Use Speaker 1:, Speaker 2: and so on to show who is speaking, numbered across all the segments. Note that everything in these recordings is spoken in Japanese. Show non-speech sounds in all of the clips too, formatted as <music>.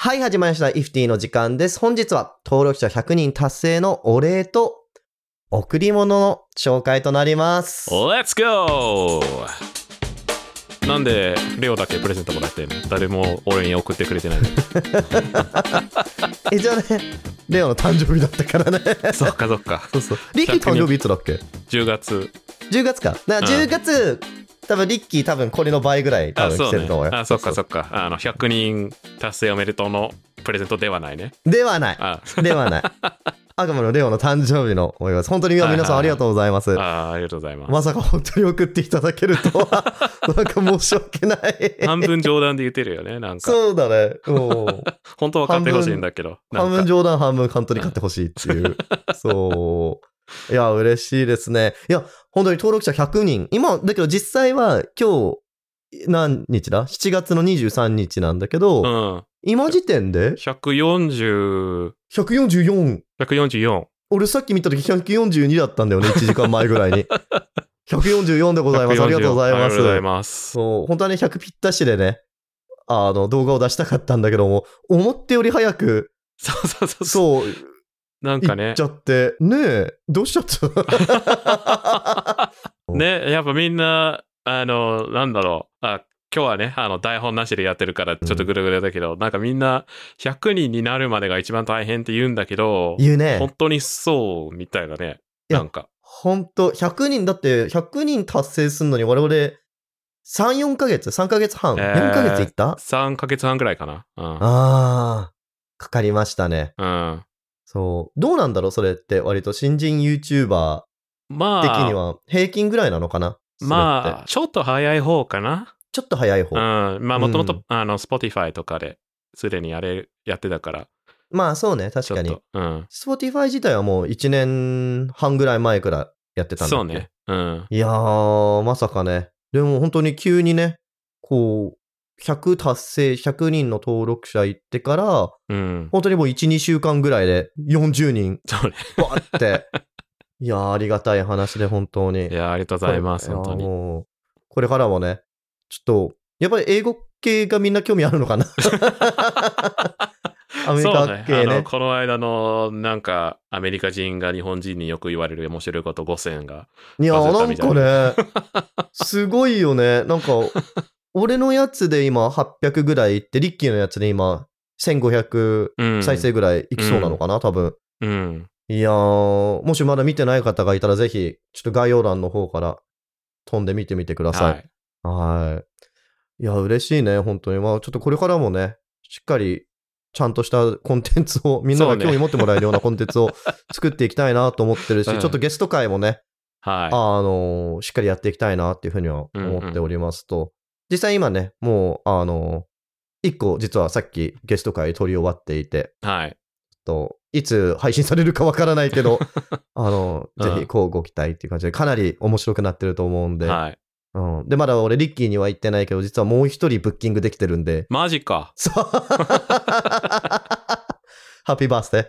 Speaker 1: はい、始まりました。イフティの時間です。本日は登録者100人達成のお礼と、贈り物の紹介となります。
Speaker 2: Let's go! なんで、レオだけプレゼントもらってんの誰も俺に送ってくれ
Speaker 1: <laughs>
Speaker 2: てないの
Speaker 1: え、じゃあね、レオの誕生日だったから
Speaker 2: <laughs>
Speaker 1: ね。
Speaker 2: そっかそっか。
Speaker 1: そうそう。リッキー誕生日いつだっけ
Speaker 2: 10月。
Speaker 1: ?10 月か。だから
Speaker 2: うん
Speaker 1: 10月、多分リッキー多分これの倍ぐらい多
Speaker 2: あ、
Speaker 1: 分
Speaker 2: そ
Speaker 1: 来て
Speaker 2: う
Speaker 1: る
Speaker 2: ね
Speaker 1: と思う。よ。
Speaker 2: あ、そっかそっか。あの、100人達成おめでとうのプレゼントではないね。
Speaker 1: ではない。
Speaker 2: あ、
Speaker 1: では
Speaker 2: <laughs>
Speaker 1: ない。あくまでもレオの誕生日のお祝いです。本当に皆さんありがとうございます。
Speaker 2: あありがとうございます。
Speaker 1: まさか本当に送っていただけると
Speaker 2: <laughs>
Speaker 1: は、なんか申し訳ない。
Speaker 2: 半分冗談で言ってるよね。なんか、
Speaker 1: そうだね。うん
Speaker 2: 本当は買ってほしいんだけど。なん
Speaker 1: 半
Speaker 2: か
Speaker 1: 分冗談、半分簡単に買ってほしいって
Speaker 2: <laughs>
Speaker 1: いう。そう。いや、嬉しいですね。いや、本当に登録者100人。今、だけど実際は今日、何日だ ?7 月の23日なんだけど、
Speaker 2: うん。
Speaker 1: 今時点で
Speaker 2: 140、
Speaker 1: 144。
Speaker 2: 144。
Speaker 1: 俺さっき見た時142だったんだよね、1時間前ぐらい
Speaker 2: <laughs>
Speaker 1: に。144でございます。ありがとうござい
Speaker 2: あ
Speaker 1: ま
Speaker 2: りが
Speaker 1: す
Speaker 2: とうござい。ます。
Speaker 1: そう、本当はね、100ぴったしでね、あの、動画を出したかったんだけども、思ってより早
Speaker 2: <laughs>
Speaker 1: く、
Speaker 2: そうそうそうそう。
Speaker 1: そう、
Speaker 2: なんか
Speaker 1: 行っ
Speaker 2: ね
Speaker 1: ち。ゃって、ねえ、どうしちゃった
Speaker 2: ね、やっぱみんな、あの、なんだろう。あ今日はね、あの、台本なしでやってるから、ちょっとぐるぐるだけど、なんかみんな、100人になるまでが一番大変って言うんだけど、
Speaker 1: 言う
Speaker 2: 本
Speaker 1: ね。
Speaker 2: 当にそうみたいだね。
Speaker 1: いや
Speaker 2: なんか。
Speaker 1: ほんと、100人、だって、100人達成するのに我々、3、4ヶ月 ?3 ヶ月半、
Speaker 2: えー
Speaker 1: ?4 ヶ月いった
Speaker 2: 3ヶ月半ぐらいかな。
Speaker 1: あー、かかりましたね。
Speaker 2: うん。うん。
Speaker 1: そう。どうなんだろうそれって、割と新人 YouTuber
Speaker 2: ま
Speaker 1: 的に
Speaker 2: あ、
Speaker 1: は、平均ぐらいなのかなそれっ
Speaker 2: まあ
Speaker 1: て、
Speaker 2: ちょっと早い方かな。
Speaker 1: ちょっと早いう方。
Speaker 2: ん。まあ、もとも
Speaker 1: う
Speaker 2: と
Speaker 1: ん、
Speaker 2: あの、Spotify とかで、すでにあれやってたから、
Speaker 1: まあ、そうね、確
Speaker 2: ちょ
Speaker 1: か
Speaker 2: っ
Speaker 1: に。
Speaker 2: と。うん。
Speaker 1: Spotify 自体はもう1年半ぐらい前からやってたんだっけ
Speaker 2: そうね。うん。
Speaker 1: いやー、まさかね。でも本当に急にね、こう、100達成、100人の登録者行ってから、
Speaker 2: うん。
Speaker 1: 本当にもう1、2週間ぐらいで40人、
Speaker 2: そうね。
Speaker 1: バーって。いやー、ありがたい話で本当に。
Speaker 2: いや、ありがとうございます、本当
Speaker 1: い
Speaker 2: に
Speaker 1: や。もうこれからもね、ちょっと、やっぱり英語系がみんな興味あるの
Speaker 2: <laughs>
Speaker 1: かなアメリカ
Speaker 2: そう
Speaker 1: 系
Speaker 2: ねあ
Speaker 1: ね
Speaker 2: の。この間のなんかアメリカ人が日本人によく言われる面白いこと5000が
Speaker 1: いや、
Speaker 2: バズっ
Speaker 1: な
Speaker 2: た
Speaker 1: ん
Speaker 2: みた
Speaker 1: か
Speaker 2: い
Speaker 1: ね、すごいよね。なんか、俺のやつで今800ぐらいいって、リッキーのやつで今1500
Speaker 2: うん
Speaker 1: 再生ぐらいいきそうなのかな、多分。
Speaker 2: うん
Speaker 1: いやー、もしまだ見てない方がいたら、ぜひ、ちょっと概要欄の方から飛んで見てみてくださ。
Speaker 2: はいい
Speaker 1: はい。い、や、嬉しいね、本当に。まあ、ちょっとこれからもね、しっかり、ちゃんとしたコンテンツを、みんな
Speaker 2: そ
Speaker 1: が
Speaker 2: うね
Speaker 1: 興味持ってもらえるようなコンテンツを作っていきたいなと思ってるし、
Speaker 2: うん
Speaker 1: ちょっとゲスト会もね、
Speaker 2: は
Speaker 1: あのしっかりやっていきたいなっていうふうには思っておりますと、実際今ね、もう、あの一個実はさっきゲスト会取り終わっていて、
Speaker 2: いはい
Speaker 1: といつ配信されるかわからないけ
Speaker 2: <laughs>
Speaker 1: ど、あの
Speaker 2: うん
Speaker 1: ぜひこうご期待っていう感じで、かなり面白くなってると思うんで、
Speaker 2: はい
Speaker 1: うん、で、まだ俺リッキーには言ってないけど、実はもう一人ブッキングできてるんで、 <laughs>
Speaker 2: マジか
Speaker 1: そう。ハッピーバース <laughs> デー。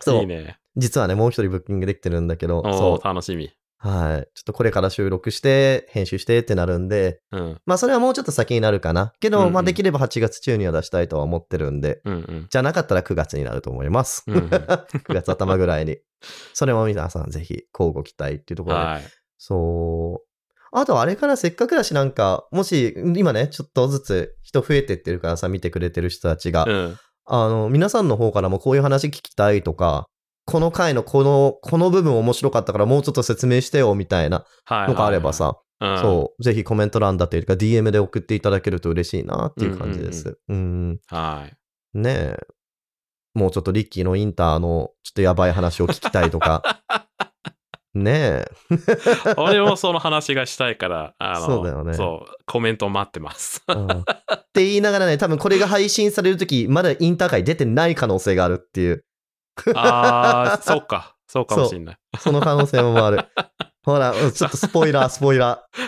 Speaker 1: そう
Speaker 2: いいね
Speaker 1: 実はね、もう一人ブッキングできてるんだけど、
Speaker 2: お
Speaker 1: そう
Speaker 2: お。楽しみ
Speaker 1: はい。ちょっとこれから収録して、編集してってなるんで、
Speaker 2: うん
Speaker 1: まあそれはもうちょっと先になるかな。けど、
Speaker 2: うんうん
Speaker 1: まあできれば8月中には出したいとは思ってるんで、
Speaker 2: うんうん
Speaker 1: じゃなかったら9月になると思い
Speaker 2: <laughs>
Speaker 1: ます。
Speaker 2: うんうん
Speaker 1: 9月頭ぐらいに。それも皆さんぜひ、交互期待っていうところで。
Speaker 2: はい
Speaker 1: そう。あと、あれからせっかくだし、なんか、もし、今ね、ちょっとずつ人増えてってるからさ、見てくれてる人たちが、
Speaker 2: うん
Speaker 1: あの、皆さんの方からもこういう話聞きたいとか、この回のこの、この部分面白かったからもうちょっと説明してよみたいな
Speaker 2: はい
Speaker 1: のがあればさ、
Speaker 2: うん
Speaker 1: そう、ぜひコメント欄だったりとか DM で送っていただけると嬉しいなっていう感じです。うん
Speaker 2: はい
Speaker 1: ねえ。もうちょっとリッキーのインターのちょっとやばい話を聞きたいと <laughs> か。ねえ。
Speaker 2: 俺もその話がしたい <laughs> からあの
Speaker 1: そうだよね
Speaker 2: そうコメント待ってます <laughs>
Speaker 1: うんって言いながらね、多分これが配信されるとき、まだインター会出てない可能性があるっていう、
Speaker 2: ああそうかそうかもしんない
Speaker 1: その可能性もあ <laughs> る。ほら、うんちょっとスポイラー、スポイラー。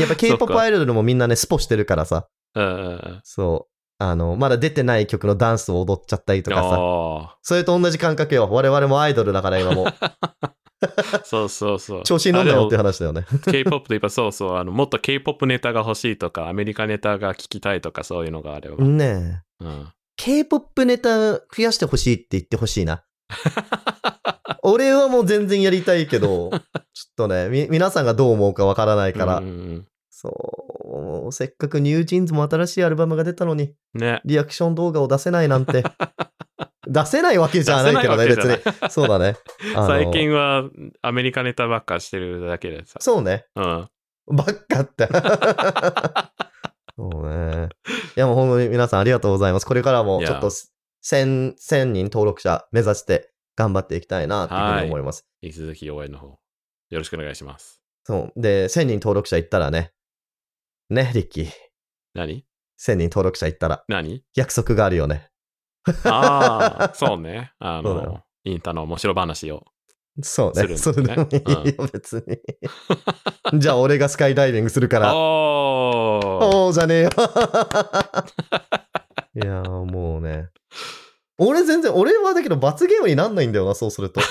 Speaker 1: やっぱ K-POP アイドルもみんなね、スポしてるからさ、
Speaker 2: うんうんうん
Speaker 1: そう。あの、まだ出てない曲のダンスを踊っちゃったりとかさ、
Speaker 2: おー <laughs>
Speaker 1: それと同じ感覚よ。我々もアイドルだから今もう。
Speaker 2: そうそうそう。
Speaker 1: 調子に乗んなよって話だよね。
Speaker 2: K-POP といえばそうそう、あの、もっと K-POP ネタが欲しいとか、アメリカネタが聞きたいとか、そういうのがあれば。うん。
Speaker 1: ねえ。K-POP ネタ増やしてほしいって言ってほしい
Speaker 2: <laughs>
Speaker 1: な。俺はもう全然やりたいけ
Speaker 2: <laughs>
Speaker 1: ど、ちょっとね、み、皆さんがどう思うかわからないから、
Speaker 2: うんうん
Speaker 1: そう、せっかくニュージーンズも新しいアルバムが出たのに、
Speaker 2: うんね。
Speaker 1: リアクション動画を出せないなん
Speaker 2: <laughs>
Speaker 1: て。出せないわけじゃないけどね、
Speaker 2: 出
Speaker 1: 別
Speaker 2: せないわ
Speaker 1: に
Speaker 2: けじゃない。
Speaker 1: そうだね。あの
Speaker 2: 最近はアメリカネタばっかしてるだけでさ。
Speaker 1: そうね。
Speaker 2: うん。
Speaker 1: ばっか
Speaker 2: <laughs>
Speaker 1: って。そうね。いや、もう本当に皆さんありがとうございます。これからも
Speaker 2: いや
Speaker 1: ちょっと1000、1000人登録者目指して頑張っていきたいなっていうふうに思います。
Speaker 2: 引き続き応援の方、よろしくお願いします。
Speaker 1: そう。で、1000人登録者いったらね、ね、リッキー。
Speaker 2: 何
Speaker 1: 1000人登録者いったら <laughs>
Speaker 2: 何
Speaker 1: 約束があるよね。
Speaker 2: ああ、そうね。あ
Speaker 1: そうだ
Speaker 2: の、インタの面白話を。
Speaker 1: そうね。
Speaker 2: す
Speaker 1: そ
Speaker 2: る
Speaker 1: れ
Speaker 2: ん
Speaker 1: で
Speaker 2: だ
Speaker 1: も
Speaker 2: ね
Speaker 1: いいよ、別に。 <laughs> じゃあ、俺がスカイダイビングするから。
Speaker 2: おー
Speaker 1: おーじゃねえよ。 <laughs> いやーもうね。俺全然、俺はだけど罰ゲームになんないんだよな、そうする
Speaker 2: <laughs>
Speaker 1: と。あ、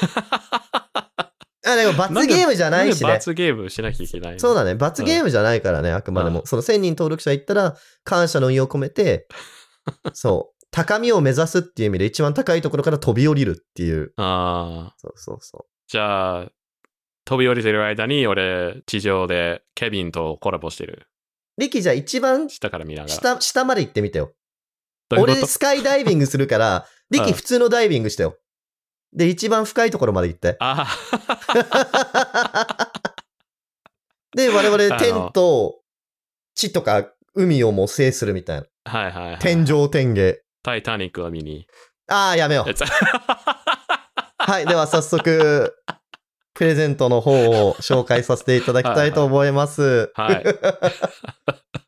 Speaker 1: でも罰ゲームじゃないし
Speaker 2: なん
Speaker 1: ね。
Speaker 2: で罰ゲームしなきゃいけないの
Speaker 1: そうだね。罰ゲームじゃないからね、あくまでも。その1000人登録者いったら、感謝の意を込め
Speaker 2: <laughs>
Speaker 1: て、そう。高みを目指すっていう意味で、一番高いところから飛び降りるっていう。
Speaker 2: ああ。
Speaker 1: そうそうそ
Speaker 2: じゃあ、飛び降りてる間に俺、地上でケビンとコラボしてる。
Speaker 1: う。リキじゃあ一番
Speaker 2: 下から見ながら。
Speaker 1: 下、下まで行ってみてよ。
Speaker 2: どういうこ
Speaker 1: 俺
Speaker 2: と
Speaker 1: スカイダイビングするから、リ
Speaker 2: うん
Speaker 1: キ普通のダイビングしてよ。で、一番深いところまで行
Speaker 2: <laughs>
Speaker 1: って。
Speaker 2: あ
Speaker 1: で、我々
Speaker 2: あの
Speaker 1: 天と地とか海をもう制するみたいな。
Speaker 2: あ、はいはい、はい。
Speaker 1: 天上天下。
Speaker 2: タイタニックを見に。
Speaker 1: ああ、やめよう。はい、では早速、プレゼントの方を紹介させていただきたいと思います。
Speaker 2: <laughs> はい。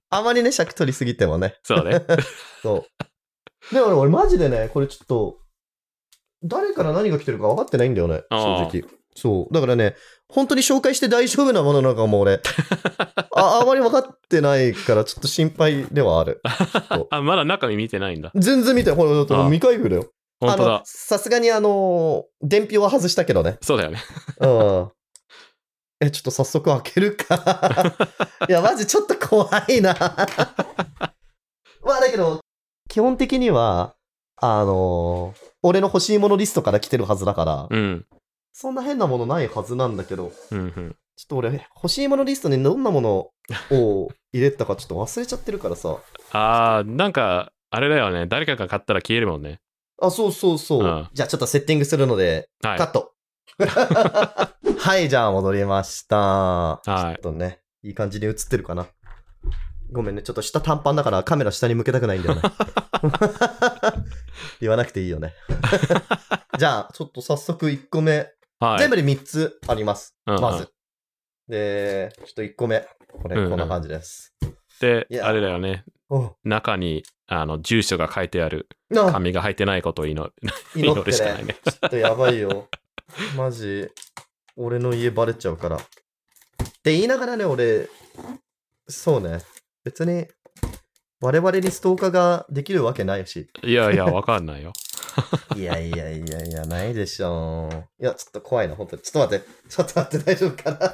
Speaker 1: あまりね、尺取りすぎてもね。
Speaker 2: そ
Speaker 1: <laughs>
Speaker 2: うね。
Speaker 1: そう。で、俺、俺マジでね、これちょっと、誰から何が来てるか分かってないんだよね、正
Speaker 2: ああ
Speaker 1: 直。そう。だからね、本当に紹介して大丈夫なものなんかも
Speaker 2: <laughs>
Speaker 1: 俺、ああまり分かってないから、ちょっと心配ではある。
Speaker 2: あ、まだ中身見てないんだ。
Speaker 1: 全然見て、ほら、だってもう
Speaker 2: ああ
Speaker 1: 未開封だよ。
Speaker 2: 本当
Speaker 1: あの
Speaker 2: だ、。
Speaker 1: さすがにあのー伝票は外したけどね。
Speaker 2: そうだよね。
Speaker 1: うん。 <laughs> え、ちょっと早速開けるか。いや、マジちょっと怖いな。まあだけど、基本的には、あのー俺の欲しいものリストから来てるはずだから、
Speaker 2: うん。
Speaker 1: そんな変なものないはずなんだけど、
Speaker 2: うんうん。
Speaker 1: ちょっと俺、欲しいものリストにどんなものを入れたかちょっと忘れちゃってるからさ。
Speaker 2: ああ、なんか、あれだよね。誰かが買ったら消えるもんね。
Speaker 1: あ、そうそうそう。
Speaker 2: うん
Speaker 1: じゃあちょっとセッティングするので、
Speaker 2: はい
Speaker 1: カ。ット。 <laughs> はい、じゃあ戻りました。
Speaker 2: はい。
Speaker 1: ちょっとね、いい感じに映ってるかな。ごめんね、ちょっと下短パンだからカメラ下に向けたくないん
Speaker 2: <laughs>
Speaker 1: だよね。言わなくていいよね。じゃあ、ちょっと早速1個目。
Speaker 2: はい。
Speaker 1: 全部で3つあります。
Speaker 2: うんうん
Speaker 1: まず。で、ちょっと1個目。これ、
Speaker 2: うんうん
Speaker 1: こんな感じです。
Speaker 2: で
Speaker 1: い、や
Speaker 2: あれだよね。
Speaker 1: お
Speaker 2: 中に、あの、住所が書いてある
Speaker 1: な
Speaker 2: 紙が入ってないことを祈る。
Speaker 1: 祈っ
Speaker 2: 祈
Speaker 1: て
Speaker 2: るしかない
Speaker 1: ね。
Speaker 2: ね。
Speaker 1: ちょっとやばいよ。マジ、俺の家バレちゃうから。って言いながらね、俺、そうね。別に、我々にストーカーができるわけないし。
Speaker 2: いやいや、わかんないよ。
Speaker 1: いやいやいやいや、ないでしょう。いや、ちょっと怖いな、本当に。ちょっと待って、ちょっと待って、大丈夫かな。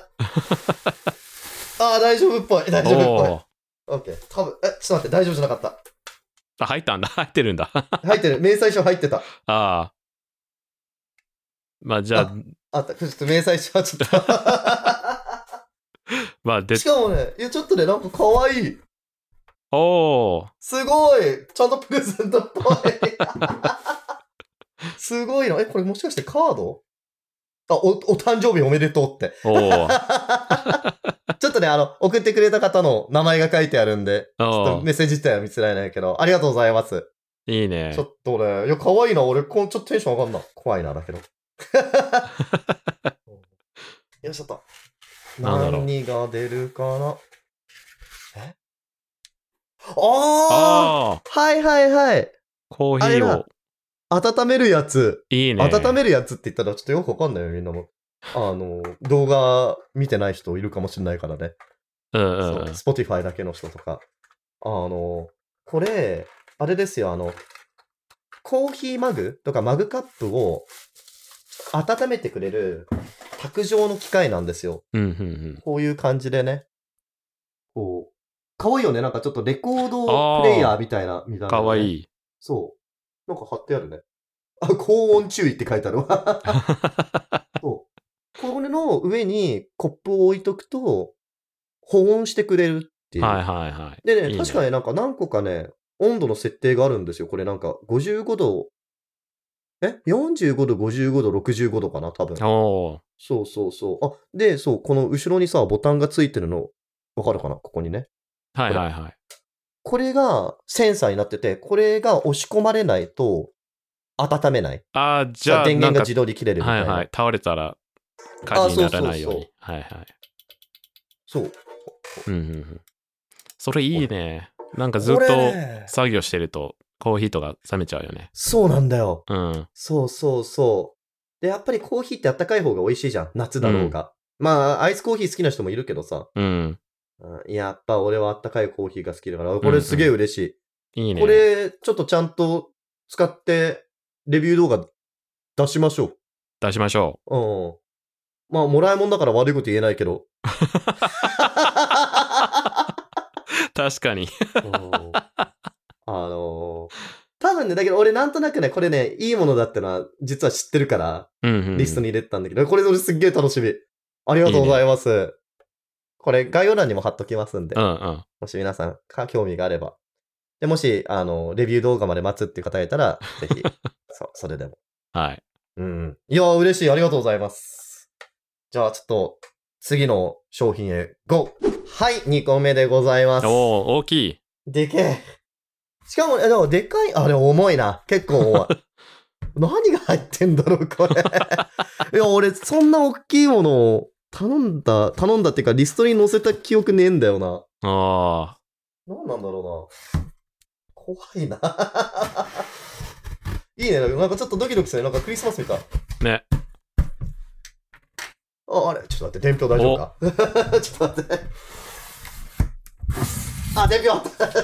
Speaker 1: ああ、大丈夫っぽい、 <laughs> 大
Speaker 2: お
Speaker 1: 丈夫っぽい。
Speaker 2: お。
Speaker 1: オッケー、多分え、ちょっと待って、大丈夫じゃなかった。
Speaker 2: あ、入ったんだ。 <laughs> 入ってるんだ。
Speaker 1: 入ってる、明細書入ってた。
Speaker 2: ああ。まあじゃあ、
Speaker 1: あった、ちょっと明細書はちょっ
Speaker 2: まあで <laughs>
Speaker 1: と。、しかもね、いや、ちょっとね、なんか可愛い。
Speaker 2: おお
Speaker 1: すごいちゃんとプレゼントっぽい
Speaker 2: <laughs>
Speaker 1: すごいな。え、これもしかしてカードあ、お、お誕生日おめでとうって。
Speaker 2: お
Speaker 1: <laughs>
Speaker 2: お
Speaker 1: ちょっとね、あの、送ってくれた方の名前が書いてあるんで、ちょっ
Speaker 2: お
Speaker 1: と
Speaker 2: お
Speaker 1: メッセージ自体は見せられないけど、ありがとうございます。
Speaker 2: いいね
Speaker 1: ちょ。っと俺、いや、可愛いな。俺、こんちょっとテンション上がんな。怖いな、
Speaker 2: <laughs>
Speaker 1: だけど。よいしょっと。
Speaker 2: なんだろう
Speaker 1: 何が出るかな。えああ
Speaker 2: ああ
Speaker 1: はいはいはい
Speaker 2: コーヒ
Speaker 1: あれ
Speaker 2: ー
Speaker 1: だ
Speaker 2: を。
Speaker 1: 温めるやつ、
Speaker 2: いいね。
Speaker 1: 温めるやつって言ったらちょっとよくわかんないよ、みんなも。あの、動画見てない人いるかもしれないからね。
Speaker 2: うんう
Speaker 1: そ
Speaker 2: んう。
Speaker 1: うん Spotify だけの人とか。あの、これ、あれですよ、あの、コーヒーマグとかマグカップを温めてくれる卓上の機械なんですよ。
Speaker 2: うん、うん、
Speaker 1: こういう感じでね。こう。かわいいよね。なんかちょっとレコードプレイヤーみたいな見た
Speaker 2: うん。
Speaker 1: 目、
Speaker 2: かわい
Speaker 1: い。
Speaker 2: い。
Speaker 1: そう。なんか貼ってあるね。あ、高温注意って書いてある
Speaker 2: <laughs>
Speaker 1: わ。そう。これの上にコップを置いとくと、保温してくれるっていう。
Speaker 2: はいはいはい。
Speaker 1: でね
Speaker 2: いいね
Speaker 1: 確かになんか何個かね、温度の設定があるんですよ。これなんか55度、え ?45 度、55度、65度かな多分。
Speaker 2: おー
Speaker 1: そうそうそう。あ、で、そう、この後ろにさ、ボタンがついてるの、わかるかなここにね。
Speaker 2: はいはいはい。
Speaker 1: これがセンサーになってて、これが押し込まれないと、温めない。
Speaker 2: あーじゃあ、
Speaker 1: 電源が
Speaker 2: なんか
Speaker 1: 自動で切れるみた
Speaker 2: はいい
Speaker 1: な。
Speaker 2: はい。倒れたら、火事にならないよう
Speaker 1: あ
Speaker 2: に。はいはい。
Speaker 1: そう。
Speaker 2: うんうんうん。それいいね。なんかずっ
Speaker 1: ことれね
Speaker 2: 作業してると、コーヒーとか冷めちゃうよね。
Speaker 1: そうなんだよ。
Speaker 2: うん。
Speaker 1: そうそうそう。で、やっぱりコーヒーってあったかい方が美味しいじゃん。夏だろうが。まあ、アイスコーヒー好きな人もいるけどさ。
Speaker 2: うん。
Speaker 1: うんやっぱ俺はあったかいコーヒーが好きだから、こ
Speaker 2: うんう
Speaker 1: れ
Speaker 2: ん
Speaker 1: すげえ嬉しい。
Speaker 2: いいね。
Speaker 1: これ、ちょっとちゃんと使って、レビュー動画出しましょ
Speaker 2: 出しましょ
Speaker 1: う。うん。まあ、もらいもんだから悪いこと言えないけど。
Speaker 2: う。確かに。
Speaker 1: <laughs> うんあのー多分ね、だけど俺なんとなくね、これね、いいものだってのは、実は知ってるから、
Speaker 2: うんうんうん。
Speaker 1: リストに入れてたんだけど、これ俺すっげえ楽しみ。ありがとうございます。これ概要欄にも貼っときますんで。
Speaker 2: うんうん。
Speaker 1: もし皆さんか興味があれば。で、もし、あの、レビュー動画まで待つっていう方がいたら、ぜ <laughs> ひ、そう、それでも。
Speaker 2: はい。
Speaker 1: うん。いやー、嬉しい。ありがとうございます。じゃあ、ちょっと、次の商品へ、GO! はい、2個目でございます。
Speaker 2: おお大きい。
Speaker 1: でけえ。しかも、えでも、でかい、あれ、重いな。結構重い。何が入ってんだろう、これ。 <laughs> いや、俺、そんな大きいものを頼んだ、頼んだっていうか、リストに載せた記憶ねえんだよな。
Speaker 2: あ
Speaker 1: 何なんだろうな。怖いな。 <laughs> いいね。なんかちょっとドキドキする。なんかクリスマスみたい。
Speaker 2: あ。ね。
Speaker 1: あ、あれちょっと待って。伝票大丈夫か <laughs> ちょっと待って。あ、伝票 <laughs> ちょっと待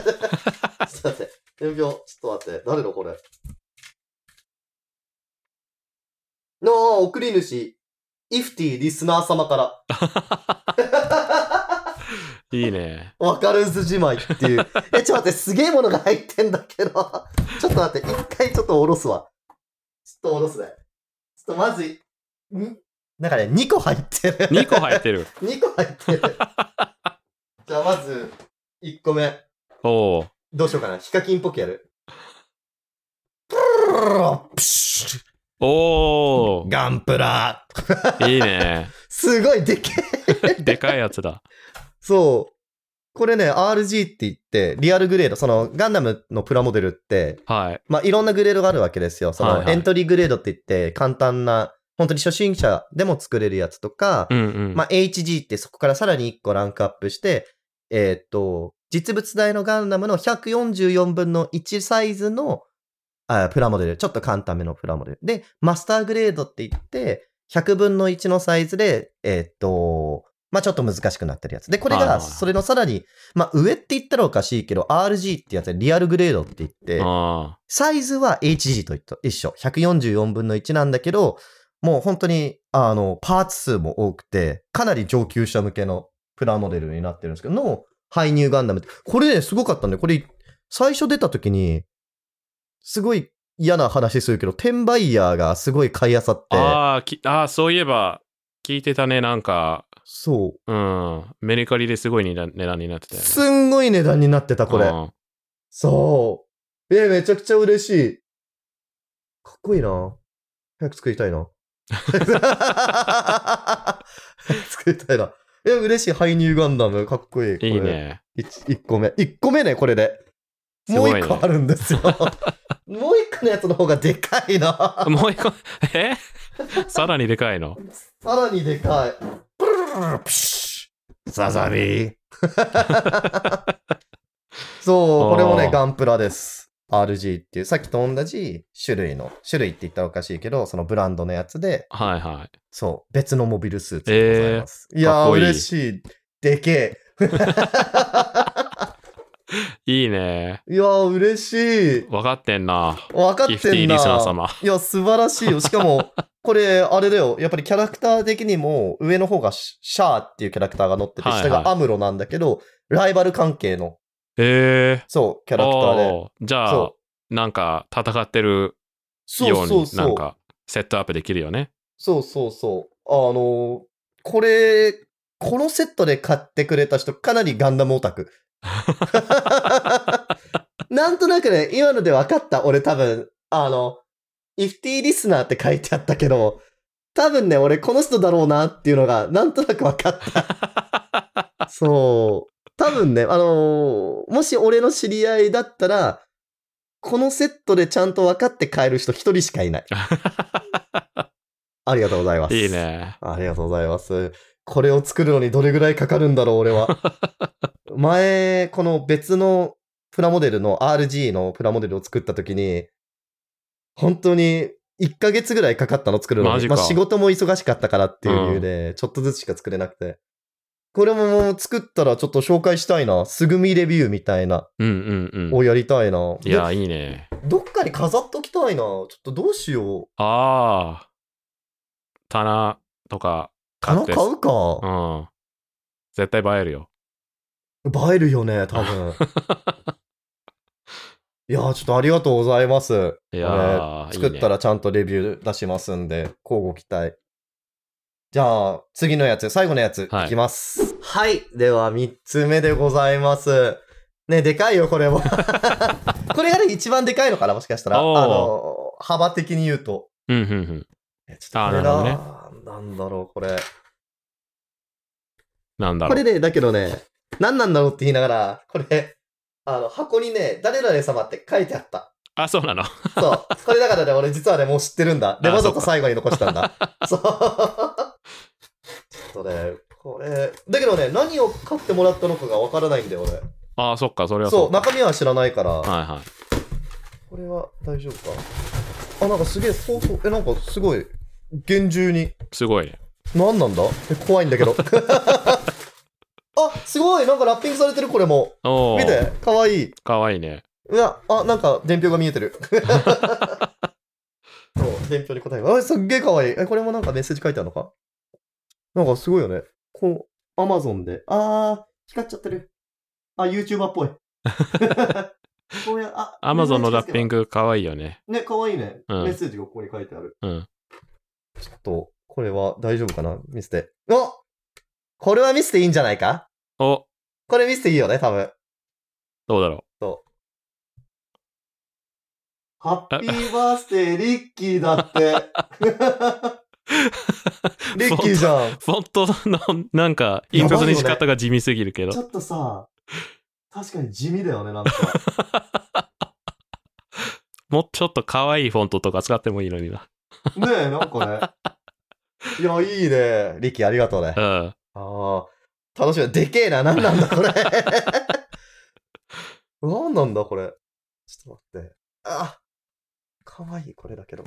Speaker 1: って。伝票。ちょっと待って。誰のこれ。の送り主、イフティリスナー様から。
Speaker 2: い
Speaker 1: <laughs>
Speaker 2: いね。
Speaker 1: わかるずじまいっていう。え、ちょっと待って、すげえものが入ってんだけど。ちょっと待って、一回ちょっと下ろすわ。ちょっと下ろすね。ちょっとまずい、んなんかね、2個入ってる。
Speaker 2: 2個入ってる。
Speaker 1: 2個入ってる。じゃあまず、1個目。
Speaker 2: おお。
Speaker 1: どうしようかな。ヒカキンっぽくやる。プルルルルルプシュ
Speaker 2: おお。
Speaker 1: ガンプラ
Speaker 2: い
Speaker 1: <laughs>
Speaker 2: いね。
Speaker 1: すごいでけえ
Speaker 2: でかいやつだ。
Speaker 1: そう。これね、RG って言って、リアルグレード、そのガンダムのプラモデルって、
Speaker 2: はい。
Speaker 1: まあ、いろんなグレードがあるわけですよ。そ
Speaker 2: はい
Speaker 1: の
Speaker 2: はい
Speaker 1: エントリーグレードって言って、簡単な、本当に初心者でも作れるやつとか
Speaker 2: う、んうん。
Speaker 1: まあ、HG ってそこからさらに1個ランクアップして、えーっと、実物大のガンダムの144分の1サイズのあプラモデル、ちょっと簡単めのプラモデル。で、マスターグレードって言って、100分の1のサイズで、えーっと、まあ、ちょっと難しくなってるやつ。で、これ
Speaker 2: はいはい
Speaker 1: が、
Speaker 2: はい
Speaker 1: それのさらに、まあ、上って言ったらおかしいけど、RG ってやつでリアルグレードって言って、
Speaker 2: あ
Speaker 1: サイズは HG と一緒。144分の1なんだけど、もう本当に、あの、パーツ数も多くて、かなり上級者向けのプラモデルになってるんですけど、の、ハイニューガンダムって。これね、すごかったんで、これ、最初出た時に、すごい嫌な話するけど、転売ヤーがすごい買い漁って
Speaker 2: あ。、ああ、きああ、そういえば、聞いてたね。なんか、
Speaker 1: そ
Speaker 2: うん。メルカリですごい値段値段になって
Speaker 1: う。
Speaker 2: たよね。
Speaker 1: すんごい値段になってた、これ。
Speaker 2: うん
Speaker 1: そう。え、めちゃくちゃ嬉しい。かっこいいな。早く作りたいな。作りたいな。え、嬉しい。ハイニューガンダム。かっこいい。これ
Speaker 2: いい。ね。
Speaker 1: 1, 個目。1個目ね、これで。もう
Speaker 2: すごいね
Speaker 1: 1個あるんです
Speaker 2: <laughs>
Speaker 1: よ。もう1個のやつの方がでかいな。
Speaker 2: もう一個、 <laughs> えさらにでかいの。
Speaker 1: さらにでかい。プルルルルプシュザザビー。そう、これも
Speaker 2: あ
Speaker 1: ね、
Speaker 2: ー
Speaker 1: ガンプラです。RG っていう、さっきと同じ種類の、種類って言ったらおかしいけど、そのブランドのやつで、
Speaker 2: はいはい。
Speaker 1: そう、別のモビルスーツでございます。い
Speaker 2: か
Speaker 1: や
Speaker 2: っ
Speaker 1: ー、
Speaker 2: こいい
Speaker 1: 嬉しい。でけ
Speaker 2: いいね。
Speaker 1: え。いやー、嬉しい。
Speaker 2: 分かってんな。
Speaker 1: 分かっ
Speaker 2: ギフティ
Speaker 1: て
Speaker 2: ー
Speaker 1: んな。
Speaker 2: リスナー様。 <laughs>
Speaker 1: いや、素晴らしいよ。しかも、これ、あれだよ。やっぱりキャラクター的にも、上の方がシシャーっていうキャラクターが乗ってて、
Speaker 2: はいはい
Speaker 1: 下がアムロなんだけど、ライバル関係の、
Speaker 2: え
Speaker 1: そう、キャ
Speaker 2: ー。
Speaker 1: ラクターで。
Speaker 2: おーじゃあ
Speaker 1: そ、
Speaker 2: なんか戦ってる
Speaker 1: そ
Speaker 2: よ
Speaker 1: ううそ
Speaker 2: に
Speaker 1: うそ
Speaker 2: なん
Speaker 1: う。
Speaker 2: かセットアップできるよね。
Speaker 1: そうそうそう。あの、これ、このセットで買ってくれた人、かなりガンダムオタ
Speaker 2: <laughs>
Speaker 1: ク。なんとなくね、今ので分かった。俺多分、あの、FT リスナーって書いてあったけど、多分ね、俺この人だろうなっていうのが、なんとなく分か
Speaker 2: <laughs>
Speaker 1: った。そう。多分ね、あのもし俺の知り合いだったら、このセットでちゃんと分かって買える人一人しか
Speaker 2: <laughs>
Speaker 1: いない。ありがとうございます。
Speaker 2: いいね。
Speaker 1: ありがとうございます。これを作るのにどれぐらいかかるんだろう、俺
Speaker 2: <laughs>
Speaker 1: は。前、この別のプラモデルの RG のプラモデルを作った時に、本当に1ヶ月ぐらいかかったの作るの
Speaker 2: マ
Speaker 1: に。
Speaker 2: ジか
Speaker 1: まあ仕事も忙しかったからっていう理由で、ちょっとずつしか作れなくて。これももう作ったらちょっと紹介したいな。すぐみレビューみたいな、
Speaker 2: うんうんうん。
Speaker 1: をやりたいな。
Speaker 2: いや、いいね。
Speaker 1: でどっかに飾っときたいな。ちょっとどうしよう。
Speaker 2: ああ。棚とか買
Speaker 1: 棚
Speaker 2: って。
Speaker 1: 買うか。
Speaker 2: うん。絶対映えるよ。
Speaker 1: 映えるよね、多
Speaker 2: <laughs>
Speaker 1: 分。いやー、ちょっとありがとうございます。
Speaker 2: いやー、
Speaker 1: 作った
Speaker 2: ら。
Speaker 1: らちゃんとレビュー出しますんで、交互期待。じゃあ、次のやつ、最後のやつ、
Speaker 2: はい
Speaker 1: いきます。はい。では、3つ目でございます。ね、でかいよ、こ
Speaker 2: <laughs>
Speaker 1: れも。これがね、一番でかいのかな、もしかしたら。あ
Speaker 2: おー
Speaker 1: の、幅的に言うと。
Speaker 2: うんうんうん。
Speaker 1: えち
Speaker 2: あー
Speaker 1: これ
Speaker 2: なる
Speaker 1: なんだろう、これ。
Speaker 2: なんだ
Speaker 1: こ
Speaker 2: ろ
Speaker 1: れ
Speaker 2: う。
Speaker 1: ね、だけどね、何なんだろうって言いながら、これ、あの、箱にね、誰々様って書いてあった。
Speaker 2: あ、そうなの。
Speaker 1: そう。
Speaker 2: <laughs>
Speaker 1: これだからね、俺実はね、もう知ってるんだ。で、
Speaker 2: あ
Speaker 1: わざ
Speaker 2: そ
Speaker 1: と
Speaker 2: っか
Speaker 1: 最後に残したん
Speaker 2: <laughs>
Speaker 1: だ。そう。ちょっとね、これ、だけどね、何を買ってもらったのかがわからないんだよ、俺。
Speaker 2: ああ、そっか、それは
Speaker 1: そう、
Speaker 2: か
Speaker 1: 中身は知らないから、
Speaker 2: はいはい。
Speaker 1: これは大丈夫か。あ、なんかすげえ、そうそう、え、なんかすごい、厳重に。
Speaker 2: すごいね。
Speaker 1: 何なんだえ怖いんだけ
Speaker 2: <laughs>
Speaker 1: ど。あ、すごいなんかラッピングされてる、これも。
Speaker 2: おお。
Speaker 1: 見て、かわいい。
Speaker 2: かわいいね。
Speaker 1: うわ、あ、なんか、伝票が見えて
Speaker 2: <laughs>
Speaker 1: る。そう、伝票に答えが。あ、すっげえかわいい。え、これもなんかメッセージ書いてあるのかなんかすごいよね。こう、アマゾンで。あー、光っちゃってる。あ、YouTuber っ
Speaker 2: <laughs>
Speaker 1: ぽい。こうや、あ、
Speaker 2: アマゾンのラッピン
Speaker 1: グ。
Speaker 2: グかわいいよね。
Speaker 1: ね、かわいいね。
Speaker 2: うん
Speaker 1: メッセージがここに書いてある。
Speaker 2: うん。
Speaker 1: ちょっと、これは大丈夫かな見せて。おこれは見せていいんじゃないか
Speaker 2: お、
Speaker 1: これ見せていいよね、多分。
Speaker 2: どうだろ
Speaker 1: ハッピーバースデー、リッキーだ
Speaker 2: <laughs>
Speaker 1: って。
Speaker 2: う。
Speaker 1: リッキーじゃん。
Speaker 2: フォントのなんか、印刷に仕方が地味すぎるけど
Speaker 1: ち。ょっとさ、確かに地味だよね、なんか。
Speaker 2: もうちょっと可愛いフォントとか使ってもいいのにな。
Speaker 1: ねえ、なんかね。いや、いいね。リッキー、ありがとうね
Speaker 2: う。ん。 <laughs>
Speaker 1: ああ、楽しみ。でけえな。なんなんだ、これ。なんなんだ、これ。ちょっと待って。あかわいい、これだけど。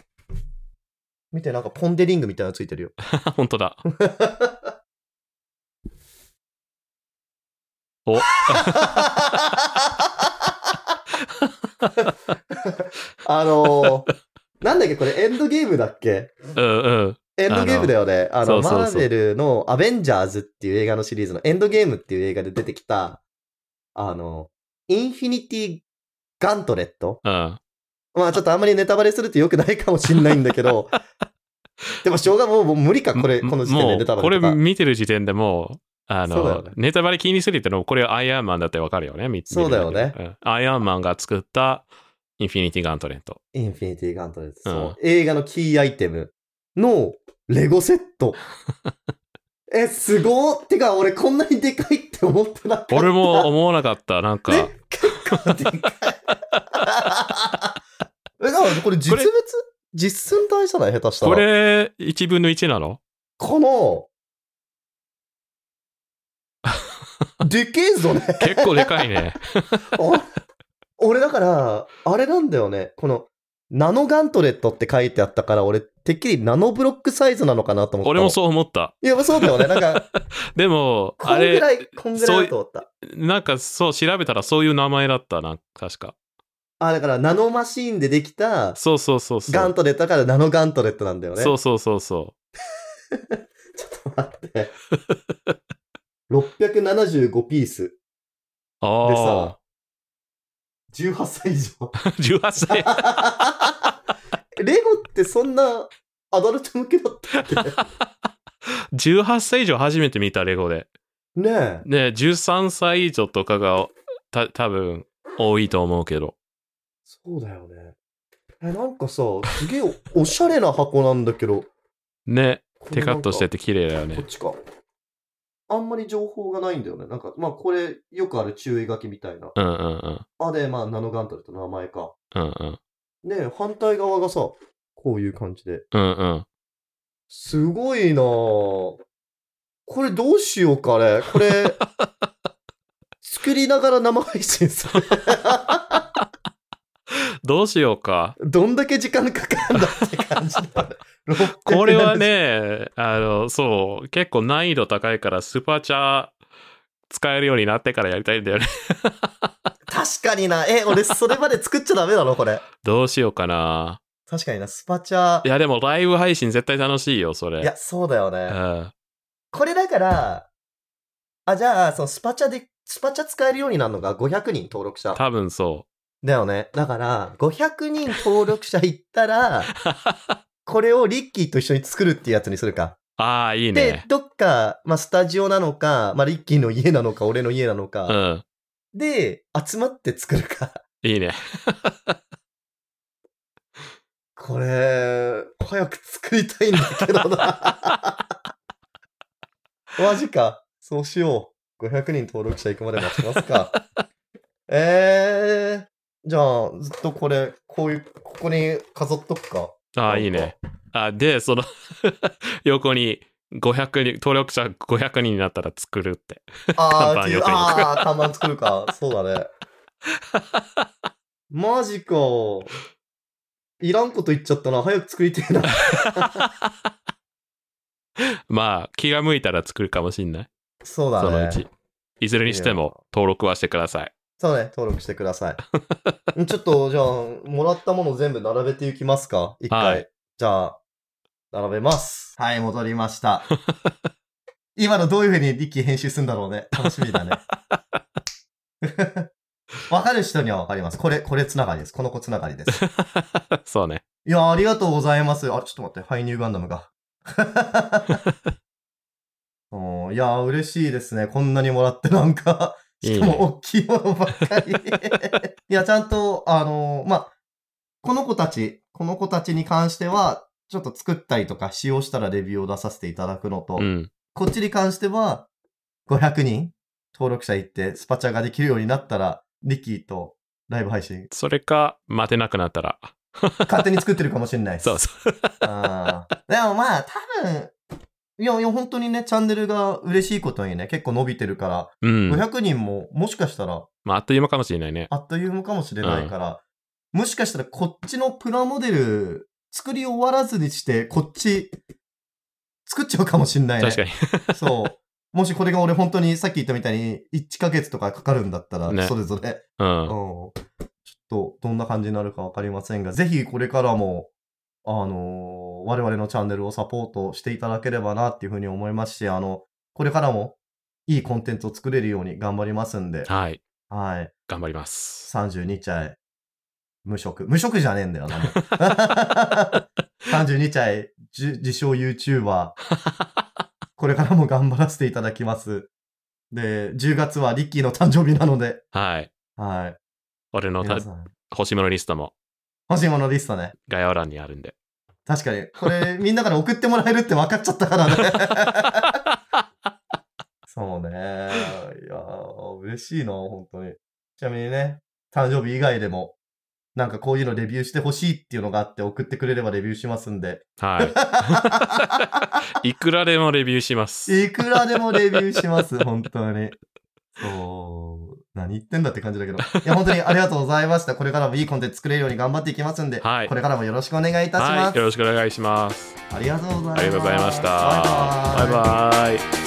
Speaker 1: 見て、なんかポンデリングみたいなのついてるよ。
Speaker 2: 本当だ。
Speaker 1: <laughs> あのー、なんだっけ、これエンドゲームだっけ
Speaker 2: うんうん。
Speaker 1: エンドゲームだよね。あ
Speaker 2: そ
Speaker 1: の、
Speaker 2: うそうそう
Speaker 1: マーベルのアベンジャーズっていう映画のシリーズのエンドゲームっていう映画で出てきた、あの、インフィニティガントレット
Speaker 2: うん。
Speaker 1: まあちょっとあんまりネタバレすると良くないかもしんないんだけど、
Speaker 2: <laughs>
Speaker 1: でもしょうがもうもう無理か、これ、この時点
Speaker 2: も
Speaker 1: で
Speaker 2: う
Speaker 1: ネタバ
Speaker 2: こ
Speaker 1: レ
Speaker 2: れ
Speaker 1: とか。
Speaker 2: 見てる時点でもう、あ
Speaker 1: そうだよ
Speaker 2: の、
Speaker 1: ね
Speaker 2: ネタバレ気にするってのも、これはアイアンマンだってわかるよね、見
Speaker 1: そうだよね。
Speaker 2: 見てるだけでうんアイアンマンが作ったインフィニティガントレット。
Speaker 1: インフィニティガントレット、
Speaker 2: うん
Speaker 1: そう映画のキーアイテムのレゴセッ
Speaker 2: <laughs>
Speaker 1: ト。え、すごーってか、俺こんなにでかいって思ってなかった。
Speaker 2: 俺
Speaker 1: <laughs>
Speaker 2: も思わなかった。なんか、
Speaker 1: ね、結構でかい。 <laughs> え、だからこれ実物
Speaker 2: これ
Speaker 1: 実寸大じゃない下手したら。
Speaker 2: これ、1分の1なの <laughs>
Speaker 1: この、でけえぞね。
Speaker 2: 結構でか
Speaker 1: <laughs>
Speaker 2: いね。
Speaker 1: あ俺だから、あれなんだよね。この、ナノガントレットって書いてあったから、俺、てっきりナノブロックサイズなのかなと思ったの。
Speaker 2: 俺もそう思った。
Speaker 1: う。いや、そうだよね。なんか、
Speaker 2: でも、
Speaker 1: こ
Speaker 2: <laughs> あ
Speaker 1: んぐ
Speaker 2: れ、
Speaker 1: らい、こんぐらいだと思った。
Speaker 2: なんかそう、調べたらそういう名前だったな、確か。
Speaker 1: あ、だからナノマシーンでできた
Speaker 2: そうそうそうそう。
Speaker 1: ガントレットだからナノガントレットなんだよね。
Speaker 2: そうそうそうそ
Speaker 1: ちょっと待って。675ピース
Speaker 2: う。
Speaker 1: で
Speaker 2: あ
Speaker 1: さ、18歳以上。
Speaker 2: あ。18歳。
Speaker 1: レゴってそんなアダルト向けだったっけ
Speaker 2: 18歳以上初めて見たレゴで。
Speaker 1: ねえ。
Speaker 2: ね13歳以上とかがた多分多いと思うけど。
Speaker 1: そうだよね。え、なんかさ、すげえおお <laughs> しゃれな箱なんだけど。
Speaker 2: ね。
Speaker 1: これ
Speaker 2: テカッとして
Speaker 1: なんか
Speaker 2: て綺麗だよね
Speaker 1: こっ。ちか。あんまり情報がないんだよね。なんか、まあこれよくある注意書きみたいな。
Speaker 2: うんうんうん。
Speaker 1: あ、で、まあナノガントレットの名前か。
Speaker 2: うんうん。
Speaker 1: ねえ反対側がさ、こういう感じで。
Speaker 2: うんうん。
Speaker 1: すごいなあこれどうしようかね。こ
Speaker 2: <laughs>
Speaker 1: れ、作りながら生配信する。
Speaker 2: どうしようか。
Speaker 1: どんだけ時間かかんだって感じだ
Speaker 2: <laughs>
Speaker 1: ね。
Speaker 2: これはね、 <laughs> あの、そう、結構難易度高いから、スーパーチャー使えるようになってからやりたいんだよね。
Speaker 1: 確かにな。え、俺、それまで作っちゃダメなのこれ。
Speaker 2: どうしようかな。
Speaker 1: 確かにな、スパチャ
Speaker 2: い。や、でもライブ配信絶対楽しいよ、それ。
Speaker 1: いや、そうだよね。
Speaker 2: うん。
Speaker 1: これだから、あ、じゃあ、そのスパチャで、スパチャ使えるようになるのが500人登録者。
Speaker 2: 多分そ
Speaker 1: だよね。だから、500人登録者いった
Speaker 2: <laughs>
Speaker 1: ら、これをリッキーと一緒に作るっていうやつにするか。
Speaker 2: う。ああ、いい
Speaker 1: で
Speaker 2: ね、。
Speaker 1: どっか、まあ、スタジオなのか、まあ、リッキーの家なのか、俺の家なの
Speaker 2: う
Speaker 1: か、
Speaker 2: ん。
Speaker 1: で、集まって作るか。
Speaker 2: いいね。
Speaker 1: これ、早く作りたいんだけど <laughs> な。マジか。そうしよう。500人登録者行くまで待ちます <laughs> か。えー、じゃあ、ずっとこれ、こういう、ここに飾っとくか。
Speaker 2: ああ、いいね。あで、その、 <laughs> 横に、500人、登録者500人になったら作るって。
Speaker 1: <laughs> あ
Speaker 2: 看
Speaker 1: ー
Speaker 2: 板
Speaker 1: っていう、
Speaker 2: 横に置く
Speaker 1: あー、看板作るか。そう <laughs> だね。マジか。いらんこと言っちゃったな。早く作りてえな。
Speaker 2: まあ、気が向いたら作るかもしんない。
Speaker 1: そう
Speaker 2: その
Speaker 1: だ
Speaker 2: う
Speaker 1: ね
Speaker 2: ち。。いずれにして
Speaker 1: いい
Speaker 2: も、登録はしてください。 <laughs>
Speaker 1: そうね、登録してください。ちょっと、じゃあ、もらったもの全部並べていきますか一回。
Speaker 2: はい
Speaker 1: じゃあ、並べます。はい、戻りま
Speaker 2: <laughs>
Speaker 1: した。今のどういうふうにリッキー編集するんだろうね。楽しみ
Speaker 2: <laughs>
Speaker 1: だね。わかる人にはわかります。これ、これつながりです。この子つながり
Speaker 2: <laughs>
Speaker 1: です。
Speaker 2: そうね。
Speaker 1: いやー、ありがとうございます。あ、ちょっと待って、ハイニューガンダム
Speaker 2: <laughs>
Speaker 1: が。 <laughs> うんいやー、嬉しいですね。こんなにもらってなんか、
Speaker 2: いい
Speaker 1: しか
Speaker 2: ね
Speaker 1: も大きいものばっか
Speaker 2: <laughs>
Speaker 1: り。いや、ちゃんと、あのーまあ、この子たち、この子たちに関しては、ちょっと作ったりとか使用したらレビューを出させていただくのと、
Speaker 2: うん。
Speaker 1: こっちに関しては、500人登録者いって、スパチャができるようになったら、リキーとライブ配信、
Speaker 2: それか、待てなくなったら。
Speaker 1: 勝手に作ってるかもしれないです。
Speaker 2: そうそう。
Speaker 1: あーでもまあ、多分、いやいや、本当にね、チャンネルが嬉しいことにね、結構伸びてるから、
Speaker 2: うん。
Speaker 1: 500人ももしかしたら
Speaker 2: まあ、あっという間かもしれないね。
Speaker 1: あっという間かもしれないから、もしかしたらこっちのプラモデル作り終わらずにして、こっち作っちゃうかもしれないね。
Speaker 2: 確かに。
Speaker 1: そう。もしこれが俺本当にさっき言ったみたいに1ヶ月とかかかるんだったら、
Speaker 2: ね
Speaker 1: それぞれ、
Speaker 2: うん
Speaker 1: うん。。ちょっとどんな感じになるかわかりませんが、ぜひこれからも、あのー我々のチャンネルをサポートしていただければなっていうふうに思いますし、あの、これからもいいコンテンツを作れるように頑張りますんで、
Speaker 2: はい。
Speaker 1: はい。
Speaker 2: 頑張ります。
Speaker 1: 32歳、無職。無職じゃねえんだよな、もう32歳、じ自称 YouTuber。これからも頑張らせていただきます。で、10月はリッキーの誕生日なので、
Speaker 2: はい。
Speaker 1: はい。
Speaker 2: 俺のた
Speaker 1: 皆さん、
Speaker 2: 欲しいものリストも
Speaker 1: 欲しいものリストね。
Speaker 2: 概要欄にあるんで。
Speaker 1: 確 <laughs> かに。これ、みんなから送ってもらえるって分かっちゃったからね。 <laughs> そうね。いやー、嬉しいな、本当に。ちなみにね、誕生日以外でも、なんかこういうのレビューしてほしいっていうのがあって送ってくれればレビューしますんで。 <laughs>
Speaker 2: はい。いくらでもレビューします。
Speaker 1: いくらでもレビューします、 <laughs> 本当に。そう。何言ってんだって感じだけど。いや、本当にありがとうございました。これからもいいコンテンツ作れるように頑張っていきますんで、
Speaker 2: はい
Speaker 1: これからもよろしくお願いいたしま
Speaker 2: はい。
Speaker 1: す。
Speaker 2: よろしくお願いします。
Speaker 1: ありがとうございます。
Speaker 2: ありがとうございました。
Speaker 1: バイバイ
Speaker 2: バイバイ。